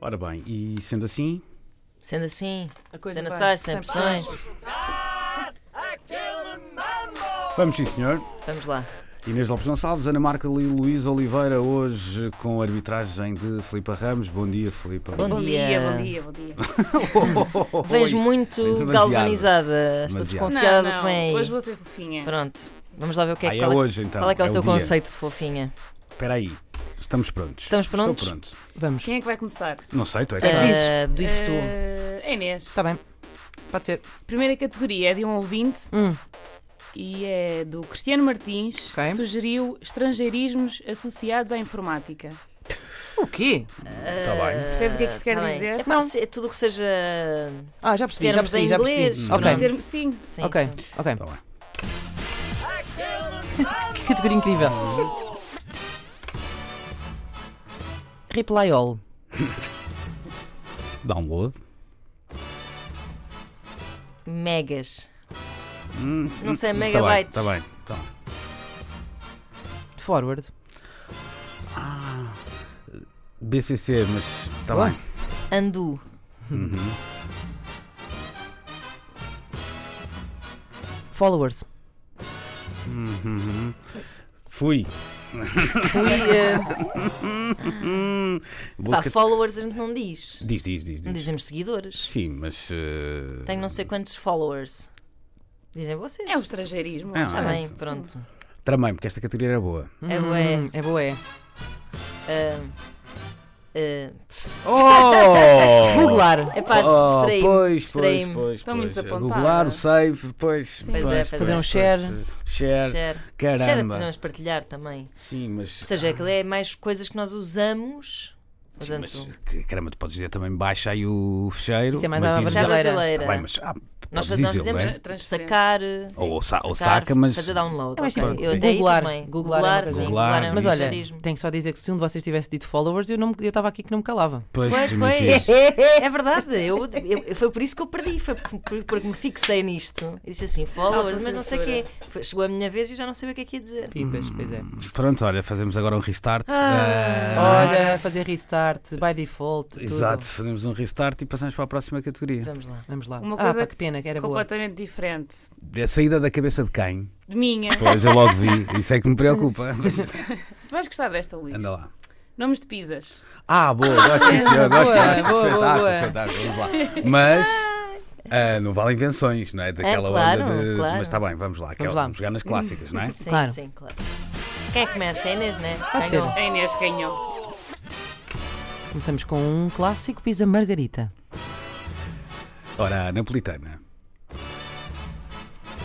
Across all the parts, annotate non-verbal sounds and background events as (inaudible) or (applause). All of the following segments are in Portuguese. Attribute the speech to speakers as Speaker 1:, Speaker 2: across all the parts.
Speaker 1: Ora bem, e sendo assim,
Speaker 2: Sendo assim,
Speaker 3: A coisa
Speaker 2: sendo
Speaker 3: vai.
Speaker 2: assim, sem
Speaker 3: Sem
Speaker 2: pressões.
Speaker 1: vamos sim senhor.
Speaker 2: Vamos lá.
Speaker 1: Inês Lopes Gonçalves, Ana Marca e Luís Oliveira, hoje com a arbitragem de Filipa Ramos. Bom dia, Filipa.
Speaker 2: Bom
Speaker 4: Bom
Speaker 2: dia.
Speaker 4: dia, bom dia, bom dia.
Speaker 1: (laughs)
Speaker 2: Vejo muito
Speaker 1: Vens demasiado.
Speaker 2: galvanizada. Estou
Speaker 1: Demasiado.
Speaker 2: desconfiada
Speaker 4: Não,
Speaker 2: do que vem
Speaker 4: não,
Speaker 2: aí.
Speaker 4: hoje vou ser fofinha.
Speaker 2: Pronto, vamos lá ver o que é
Speaker 1: Ah, é
Speaker 2: que qual
Speaker 1: hoje então.
Speaker 2: Qual é que é o teu
Speaker 1: dia.
Speaker 2: conceito de fofinha?
Speaker 1: Espera aí, estamos prontos.
Speaker 2: Estamos prontos?
Speaker 1: Estou pronto.
Speaker 3: Vamos.
Speaker 4: Quem é que vai começar?
Speaker 1: Não sei, tu é que
Speaker 3: É.
Speaker 1: sabes.
Speaker 2: Ah, dizes tu.
Speaker 4: Eh, é Inês.
Speaker 3: Está Tá bem. Pode ser.
Speaker 4: Primeira categoria é de um ouvinte
Speaker 3: Hum.
Speaker 4: e é do Cristiano Martins,
Speaker 3: Ok.
Speaker 4: que sugeriu estrangeirismos associados à informática.
Speaker 3: O quê?
Speaker 1: Está Tá bem.
Speaker 4: Percebe o que é que isto quer
Speaker 2: Tá bem.
Speaker 4: dizer?
Speaker 2: É, pá, se- é tudo o que seja.
Speaker 3: Ah, já percebi, já
Speaker 2: Termos
Speaker 3: percebi,
Speaker 2: em
Speaker 3: já
Speaker 2: inglês,
Speaker 3: percebi.
Speaker 2: pronto.
Speaker 3: Ok,
Speaker 4: Termo- sim.
Speaker 2: Sim,
Speaker 3: ok,
Speaker 2: sim.
Speaker 3: ok.
Speaker 1: Está Tá bem.
Speaker 3: Que categoria incrível. Reply all.
Speaker 1: Download.
Speaker 2: Megas.
Speaker 1: Hum,
Speaker 2: Não sei,
Speaker 1: tá bem,
Speaker 2: megabytes.
Speaker 1: Está bem, está bem.
Speaker 3: Forward.
Speaker 1: Então, BCC, mas está
Speaker 3: Boa.
Speaker 1: bem.
Speaker 2: Andu.
Speaker 3: Followers.
Speaker 1: Uhum. Fui. (laughs)
Speaker 3: Fui. eh,
Speaker 1: Hum, boa
Speaker 2: Pá,
Speaker 1: cat-
Speaker 2: followers a gente não Tá diz.
Speaker 1: Diz, diz, diz. diz.
Speaker 2: Dizemos seguidores.
Speaker 1: Sim, mas. eh,
Speaker 2: Tenho não sei quantos followers. Dizem vocês.
Speaker 4: É um estrangeirismo.
Speaker 1: É,
Speaker 2: Está
Speaker 1: Ah,
Speaker 2: bem,
Speaker 1: sim, sim.
Speaker 2: pronto.
Speaker 1: Tramei-me, porque esta categoria era boa.
Speaker 2: É bué.
Speaker 3: hum, É boé.
Speaker 2: Ah, (laughs)
Speaker 1: Oh!
Speaker 3: Googlar.
Speaker 2: É pá,
Speaker 1: Oh, pois,
Speaker 2: distraí-me.
Speaker 1: pois,
Speaker 2: distraí-me.
Speaker 1: pois,
Speaker 4: Estou muito
Speaker 1: pois.
Speaker 4: desapontada.
Speaker 1: Googlar o save, pois.
Speaker 2: Pois é, pois
Speaker 3: Fazer
Speaker 2: é.
Speaker 3: um share.
Speaker 1: Share.
Speaker 2: Share. Share
Speaker 1: Caramba.
Speaker 2: podemos partilhar também.
Speaker 1: Sim,
Speaker 2: Ou
Speaker 1: mas.
Speaker 2: seja, aquilo é mais coisas que nós usamos.
Speaker 1: Sim,
Speaker 2: Portanto,
Speaker 1: mas que- caramba, tu podes dizer também baixa aí o fecheiro.
Speaker 3: Isso é mais
Speaker 1: mas
Speaker 3: à
Speaker 1: dizes-
Speaker 2: Chá
Speaker 3: brasileira.
Speaker 2: brasileira.
Speaker 1: Tá bem, mas, ah,
Speaker 2: nós,
Speaker 1: podes
Speaker 2: faz- nós
Speaker 1: dizê-lo, não
Speaker 2: dizemos
Speaker 1: é?
Speaker 4: Transferência.
Speaker 2: sacar, eh,
Speaker 1: Ou, sa- ou
Speaker 2: sacar,
Speaker 1: saca, mas.
Speaker 2: fazer download.
Speaker 3: É mais
Speaker 2: ok.
Speaker 3: tipo
Speaker 2: eu daí
Speaker 3: googlar.
Speaker 2: também.
Speaker 3: Googlar é uma coisa.
Speaker 2: sim,
Speaker 1: Googlar,
Speaker 2: é um
Speaker 3: Mas olha,
Speaker 2: estrangeirismo.
Speaker 3: tenho só a dizer que se um de vocês tivesse dito followers, eu não- eu estava aqui que não me calava.
Speaker 1: Pois,
Speaker 2: Pois,
Speaker 1: mas
Speaker 2: pois.
Speaker 1: isso-
Speaker 2: É verdade. Eu, eu- foi por isso que eu perdi. Foi porque, por- porque me fixei nisto. E disse assim, followers, mas não sei o quê. Foi- Chegou a minha vez e eu já não sabia o que é que ia dizer.
Speaker 3: Pimbas, pois é.
Speaker 1: Pronto, olha, fazemos agora um restart.
Speaker 2: Ah,
Speaker 3: Ah.
Speaker 1: da-
Speaker 3: Olha, fazer restart, by default, tudo.
Speaker 1: Exato, fazemos um restart e passamos para a próxima categoria.
Speaker 2: Vamos lá.
Speaker 3: Vamos lá.
Speaker 4: Uma
Speaker 3: ah,
Speaker 4: coisa
Speaker 3: pá, que pena, que era boa.
Speaker 4: é Completamente diferente.
Speaker 1: A saída da cabeça de quem?
Speaker 4: De minha.
Speaker 1: Pois eu logo vi, isso é que me
Speaker 2: (laughs)
Speaker 1: preocupa. Mas
Speaker 4: Tu vais gostar desta, Luís.
Speaker 1: anda lá.
Speaker 4: Nomes de pizzas.
Speaker 1: Ah, boa, gosto disso, eu
Speaker 3: boa,
Speaker 1: gosto, gosto,
Speaker 3: boa,
Speaker 1: espetáculo,
Speaker 3: boa.
Speaker 1: espetáculo, vamos lá. Mas ah, não vale invenções, não é? Daquela
Speaker 2: claro,
Speaker 1: onda de.
Speaker 2: claro.
Speaker 1: Mas está bem, vamos lá, que é-
Speaker 3: Vamos lá.
Speaker 1: vamos jogar nas clássicas, não é?
Speaker 2: Sim,
Speaker 3: Claro.
Speaker 2: sim, claro. Quem é que começa? É Inês, né?
Speaker 3: Pode ser.
Speaker 4: A Inês ganhou.
Speaker 3: Começamos com um clássico pizza margarita.
Speaker 1: Ora, a napolitana.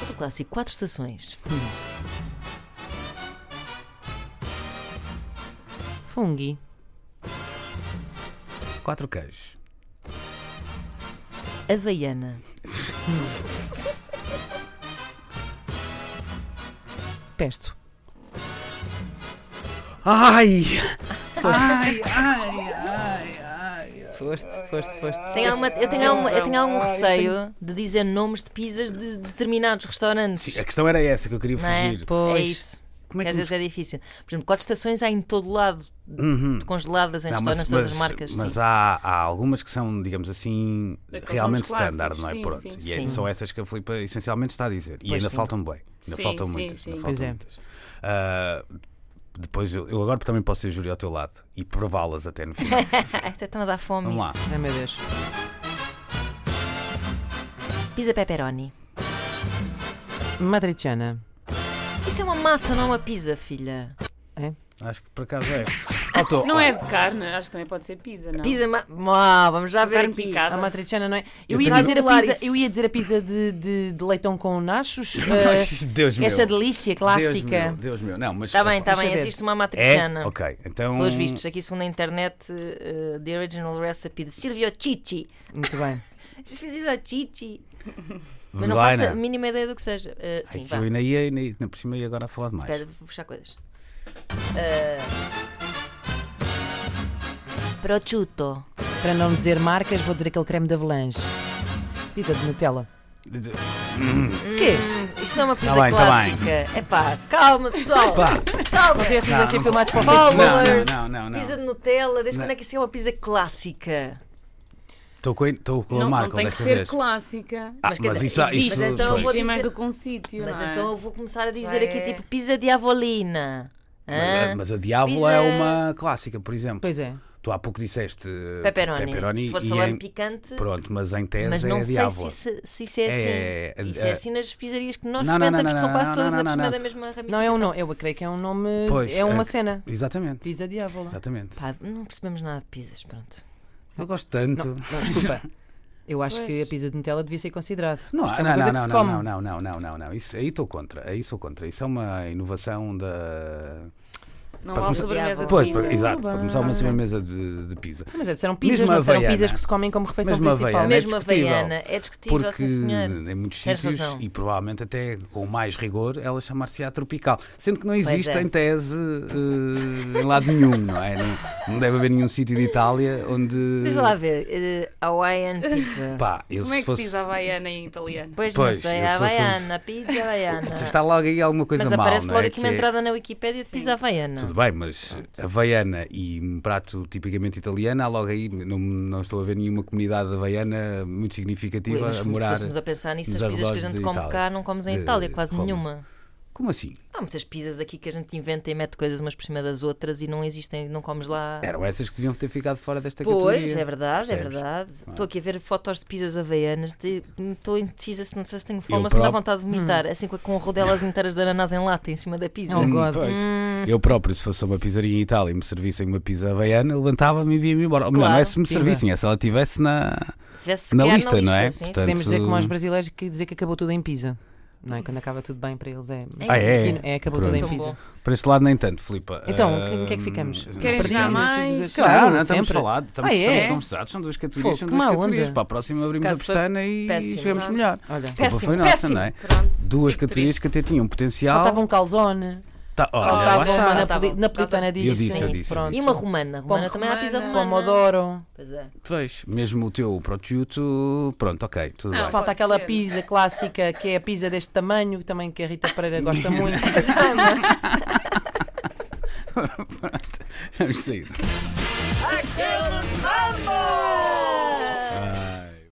Speaker 2: Outro clássico, quatro estações.
Speaker 3: Fungi.
Speaker 1: Quatro queijos.
Speaker 2: Havaiana.
Speaker 3: Pesto.
Speaker 1: Ai!
Speaker 3: Foste, foste, foste.
Speaker 2: Tenho alguma- eu, tenho alguma- eu tenho algum receio de dizer nomes de pizzas de determinados restaurantes.
Speaker 1: Sim, a questão era essa que eu queria
Speaker 2: não é?
Speaker 1: fugir.
Speaker 3: Pois.
Speaker 2: É isso.
Speaker 1: Como é
Speaker 2: que
Speaker 1: que
Speaker 2: às
Speaker 1: nos-
Speaker 2: vezes é difícil. Por exemplo, quatro estações há em todo lado,
Speaker 1: Uhum.
Speaker 2: de congeladas em
Speaker 1: Não, mas,
Speaker 2: restaurantes, todas as
Speaker 1: mas-
Speaker 2: marcas.
Speaker 1: mas
Speaker 2: sim.
Speaker 1: há, há algumas que são, digamos assim,
Speaker 4: Aqueles
Speaker 1: realmente
Speaker 4: são os clássicos,
Speaker 1: standard, não é?
Speaker 4: sim,
Speaker 1: Pronto.
Speaker 4: sim.
Speaker 1: E é-
Speaker 2: Sim.
Speaker 1: são essas que a Filipe essencialmente está a dizer. E
Speaker 2: Pois
Speaker 1: ainda
Speaker 2: sim.
Speaker 1: faltam bem. Ainda
Speaker 4: Sim,
Speaker 1: faltam
Speaker 4: sim,
Speaker 1: muitas.
Speaker 4: sim.
Speaker 1: Ainda
Speaker 3: Pois
Speaker 1: faltam
Speaker 3: é.
Speaker 1: muitas. Ah, depois eu, eu agora também posso ser júri ao teu lado e prová-las até no
Speaker 2: (laughs)
Speaker 1: final.
Speaker 2: Ai, até está-me a dar fome
Speaker 1: Vamos lá.
Speaker 2: isto.
Speaker 3: Ai meu Deus.
Speaker 2: Pizza pepperoni.
Speaker 3: Matriciana.
Speaker 2: Isso é uma massa, não é uma pizza, filha.
Speaker 3: É?
Speaker 1: Acho que por acaso é. Faltou-
Speaker 4: Não é de carne, acho que também pode ser pizza, não?
Speaker 2: Pizza. Ma... Má, vamos já ver
Speaker 4: Carne
Speaker 2: aqui.
Speaker 4: picada.
Speaker 3: A matriciana não é.
Speaker 1: Eu
Speaker 3: Eu, ia
Speaker 1: tenho-
Speaker 3: dizer a
Speaker 2: Claro,
Speaker 3: pizza,
Speaker 2: isso.
Speaker 3: eu ia dizer a pizza de, de, de leitão
Speaker 1: (laughs)
Speaker 3: com nachos.
Speaker 1: Mas,
Speaker 3: eh,
Speaker 1: Deus meu.
Speaker 3: essa delícia
Speaker 1: Deus
Speaker 3: clássica.
Speaker 1: meu, Deus meu. Não, mas.
Speaker 2: Está Tá bem, está
Speaker 3: Deixa
Speaker 2: bem,
Speaker 3: ver.
Speaker 2: existe uma
Speaker 1: É?
Speaker 2: matriciana.
Speaker 1: Ok, então.
Speaker 2: Pelos vistos, aqui segundo a internet, eh, The Original Recipe de Silvio Chichi.
Speaker 3: Muito bem.
Speaker 2: Vocês fizeram Chichi? Mas
Speaker 1: Vamos
Speaker 2: não
Speaker 1: lá,
Speaker 2: faço a
Speaker 1: Ana.
Speaker 2: mínima ideia do que seja. Eh,
Speaker 1: Ai,
Speaker 2: sim,
Speaker 1: é que
Speaker 2: vá.
Speaker 1: eu ainda ia, ainda ia- ainda por cima ia agora a falar demais.
Speaker 2: Espera, vou puxar coisas. Eh, prosciutto.
Speaker 3: Para não dizer marcas, vou dizer aquele creme de avalanche. Pizza de Nutella.
Speaker 1: Hum.
Speaker 2: Quê? Isso não é uma coisa
Speaker 1: bem, tá
Speaker 2: clássica. É pá, calma pessoal.
Speaker 1: Pá.
Speaker 2: Calma.
Speaker 3: Se estivéssemos a ser
Speaker 1: não-
Speaker 3: filmados para o
Speaker 1: Não,
Speaker 3: Facebook.
Speaker 2: Followers,
Speaker 1: não, não, não.
Speaker 2: pizza de Nutella, desde
Speaker 1: Não.
Speaker 2: quando é que isso é uma pizza clássica?
Speaker 1: Estou com, estou com a
Speaker 4: não, não
Speaker 1: Marco
Speaker 4: tem que
Speaker 1: desta
Speaker 4: ser
Speaker 1: vez.
Speaker 4: clássica.
Speaker 1: Ah, mas,
Speaker 2: Mas quer dizer,
Speaker 1: isso,
Speaker 2: existe,
Speaker 1: isso
Speaker 2: mas então eu
Speaker 1: pois.
Speaker 2: vou
Speaker 4: Tem mais
Speaker 2: dizer-
Speaker 4: do que um sítio.
Speaker 2: Mas
Speaker 4: não é?
Speaker 2: então eu vou começar a dizer
Speaker 4: Vai. é.
Speaker 2: aqui tipo pizza diavolina. Hã?
Speaker 1: Mas a Diávola
Speaker 2: Pizza-
Speaker 1: é uma clássica, por exemplo.
Speaker 3: Pois é.
Speaker 1: Tu há pouco disseste eh,
Speaker 2: Pepperoni.
Speaker 1: pepperoni
Speaker 2: Se for
Speaker 1: e
Speaker 2: salame
Speaker 1: em-
Speaker 2: picante,
Speaker 1: Pronto, mas em tese
Speaker 2: mas não
Speaker 1: é a
Speaker 2: sei se,
Speaker 1: Diávola.
Speaker 2: isso- se isso é assim.
Speaker 1: É, é,
Speaker 2: isso
Speaker 1: é,
Speaker 2: é assim nas pizzarias que nós
Speaker 1: não, não, não,
Speaker 2: experimentamos, que são
Speaker 1: não,
Speaker 2: quase
Speaker 1: não,
Speaker 2: todas
Speaker 1: não,
Speaker 2: na
Speaker 1: não,
Speaker 2: cima
Speaker 1: não.
Speaker 2: da mesma ramificação.
Speaker 3: Não é um nome, eu creio que é um nome.
Speaker 1: Pois,
Speaker 3: é uma
Speaker 1: é-
Speaker 3: cena.
Speaker 1: Exatamente.
Speaker 3: Pizza Diávola.
Speaker 1: Exatamente.
Speaker 2: Pá, não percebemos nada de pizzas, pronto.
Speaker 1: Eu gosto tanto.
Speaker 3: Não, desculpa. Eu acho que
Speaker 4: Pois.
Speaker 3: a pizza de Nutella devia ser considerado.
Speaker 1: Não,
Speaker 3: Acho que é uma
Speaker 1: não,
Speaker 3: coisa
Speaker 1: não,
Speaker 3: que
Speaker 1: não,
Speaker 3: se
Speaker 1: não, não,
Speaker 3: come.
Speaker 1: não, não, não, não, não. Isso, aí estou contra. Aí sou contra. Isso é uma inovação da.
Speaker 4: Não
Speaker 1: Para
Speaker 4: há
Speaker 1: começar-
Speaker 4: sobremesa de
Speaker 1: Pois,
Speaker 4: pizza.
Speaker 1: para- exato, para começar uma
Speaker 3: Não.
Speaker 1: sobremesa de, de pizza.
Speaker 3: Sim, Mas é, disseram pizzas,
Speaker 1: Mesmo
Speaker 3: não disseram
Speaker 1: Havaiana.
Speaker 3: pizzas que se comem como refeição
Speaker 1: Mesmo
Speaker 3: principal.
Speaker 1: Havaiana. é
Speaker 2: Mesmo a
Speaker 1: discutível.
Speaker 2: veiana, é discutível,
Speaker 1: Porque
Speaker 2: sim senhor.
Speaker 1: em muitos
Speaker 2: Tens
Speaker 1: sítios,
Speaker 2: razão.
Speaker 1: e provavelmente até com mais rigor, ela chamar-se-á tropical. Sendo que não existe
Speaker 2: é.
Speaker 1: em tese eh, em lado nenhum, não é? Não, não deve haver nenhum sítio de Itália onde.
Speaker 2: Deixa lá ver. eh, Hawaiian pizza.
Speaker 1: Pá, eu se
Speaker 4: Como é que se
Speaker 1: fosse-
Speaker 4: diz havaiana em italiano?
Speaker 2: Pois,
Speaker 1: Pois,
Speaker 2: não sei,
Speaker 1: eu sou- sou-
Speaker 2: Havaiana, pizza Havaiana.
Speaker 1: Está logo aí alguma coisa
Speaker 2: Mas
Speaker 1: mal.
Speaker 2: aparece
Speaker 1: não
Speaker 2: logo
Speaker 1: é?
Speaker 2: aqui uma
Speaker 1: Que é-
Speaker 2: entrada na Wikipédia de pizza Havaiana.
Speaker 1: Tudo bem, mas havaiana e um prato tipicamente italiano, há logo aí, não, não estou a ver nenhuma comunidade havaiana muito
Speaker 2: Ui,
Speaker 1: significativa
Speaker 2: mas
Speaker 1: a
Speaker 2: se
Speaker 1: morar.
Speaker 2: fôssemos a pensar nisso,
Speaker 1: nos
Speaker 2: as pizzas que a
Speaker 1: arredores
Speaker 2: gente
Speaker 1: de
Speaker 2: come
Speaker 1: Itália.
Speaker 2: cá não comes em
Speaker 1: De-
Speaker 2: Itália, quase
Speaker 1: Roma.
Speaker 2: nenhuma.
Speaker 1: Como assim?
Speaker 2: Há muitas pizzas aqui que a gente inventa e mete coisas umas por cima das outras e não existem, não comes lá.
Speaker 1: Eram essas que deviam ter ficado fora desta
Speaker 2: Ah. Pois,
Speaker 1: É, categoria.
Speaker 2: é verdade, é
Speaker 1: percebes?
Speaker 2: verdade. Estou aqui a ver fotos de pizzas havaianas, de- estou indecisa se não sei se tenho fome
Speaker 1: Eu
Speaker 2: ou se me dá
Speaker 1: próprio-
Speaker 2: vontade de vomitar, assim com- com rodelas inteiras de ananás em lata em cima da pizza.
Speaker 3: É um
Speaker 1: Hum,
Speaker 3: gozo.
Speaker 1: pois. Eu próprio, se fosse uma pizzaria em Itália e me servissem uma pizza havaiana, levantava-me e via-me embora. Ou melhor,
Speaker 2: Claro,
Speaker 1: não é se me
Speaker 3: viva.
Speaker 1: servissem, é se ela estivesse na.
Speaker 2: Se tivesse
Speaker 1: Na
Speaker 2: sequer
Speaker 1: lista, não é?
Speaker 2: sim,
Speaker 1: Portanto,
Speaker 3: Podemos dizer
Speaker 1: Portanto,
Speaker 3: como aos brasileiros que dizer que acabou tudo em pizza. Não é? Quando acaba tudo bem para eles é.
Speaker 1: Ah, é?
Speaker 3: fino. É, acabou
Speaker 1: Pronto.
Speaker 3: tudo em
Speaker 2: Tão
Speaker 3: pizza.
Speaker 1: Para este lado, nem tanto, Filipa.
Speaker 3: Então,
Speaker 1: Ah,
Speaker 3: em que é que ficamos?
Speaker 4: Querem
Speaker 3: Partilhamos.
Speaker 4: jogar mais?
Speaker 1: Claro, não, estamos
Speaker 3: sempre.
Speaker 1: falados, estamos,
Speaker 3: Ah, é?
Speaker 1: estamos conversados, são duas categorias,
Speaker 3: Fogo,
Speaker 1: são
Speaker 3: que
Speaker 1: duas
Speaker 3: má
Speaker 1: categorias.
Speaker 3: onda.
Speaker 1: Para a próxima abrimos
Speaker 2: Caso
Speaker 1: a
Speaker 2: foi
Speaker 1: pestana e
Speaker 2: péssimo.
Speaker 1: vivemos melhor.
Speaker 3: Olha,
Speaker 1: A culpa
Speaker 2: Péssimo,
Speaker 1: foi nossa,
Speaker 2: péssimo.
Speaker 1: não é?
Speaker 4: Pronto.
Speaker 1: Duas
Speaker 4: Fico
Speaker 1: categorias
Speaker 4: triste.
Speaker 1: que até tinham potencial.
Speaker 3: faltava um calzone.
Speaker 1: Tá,
Speaker 2: Ah,
Speaker 1: olha, lá
Speaker 3: Faltava
Speaker 1: está.
Speaker 3: uma né?
Speaker 2: Faltava,
Speaker 3: napoli-
Speaker 2: faltava.
Speaker 3: napolitana
Speaker 1: Eu disse,
Speaker 3: disso.
Speaker 1: eu disse, eu
Speaker 3: Pronto.
Speaker 2: E uma romana, romana também há pizza
Speaker 4: romana,
Speaker 2: romana.
Speaker 3: Pomodoro.
Speaker 2: Pois é.
Speaker 1: Pois, mesmo o teu prosciutto, pronto, ok, tudo
Speaker 4: Ah,
Speaker 1: bem.
Speaker 3: Falta
Speaker 4: Pode
Speaker 3: aquela
Speaker 4: ser.
Speaker 3: pizza clássica que é a pizza deste tamanho, também que a Rita Pereira
Speaker 1: (laughs)
Speaker 3: gosta muito.
Speaker 1: (laughs) Vamos sair.
Speaker 5: Aquele mambo!
Speaker 3: Ah.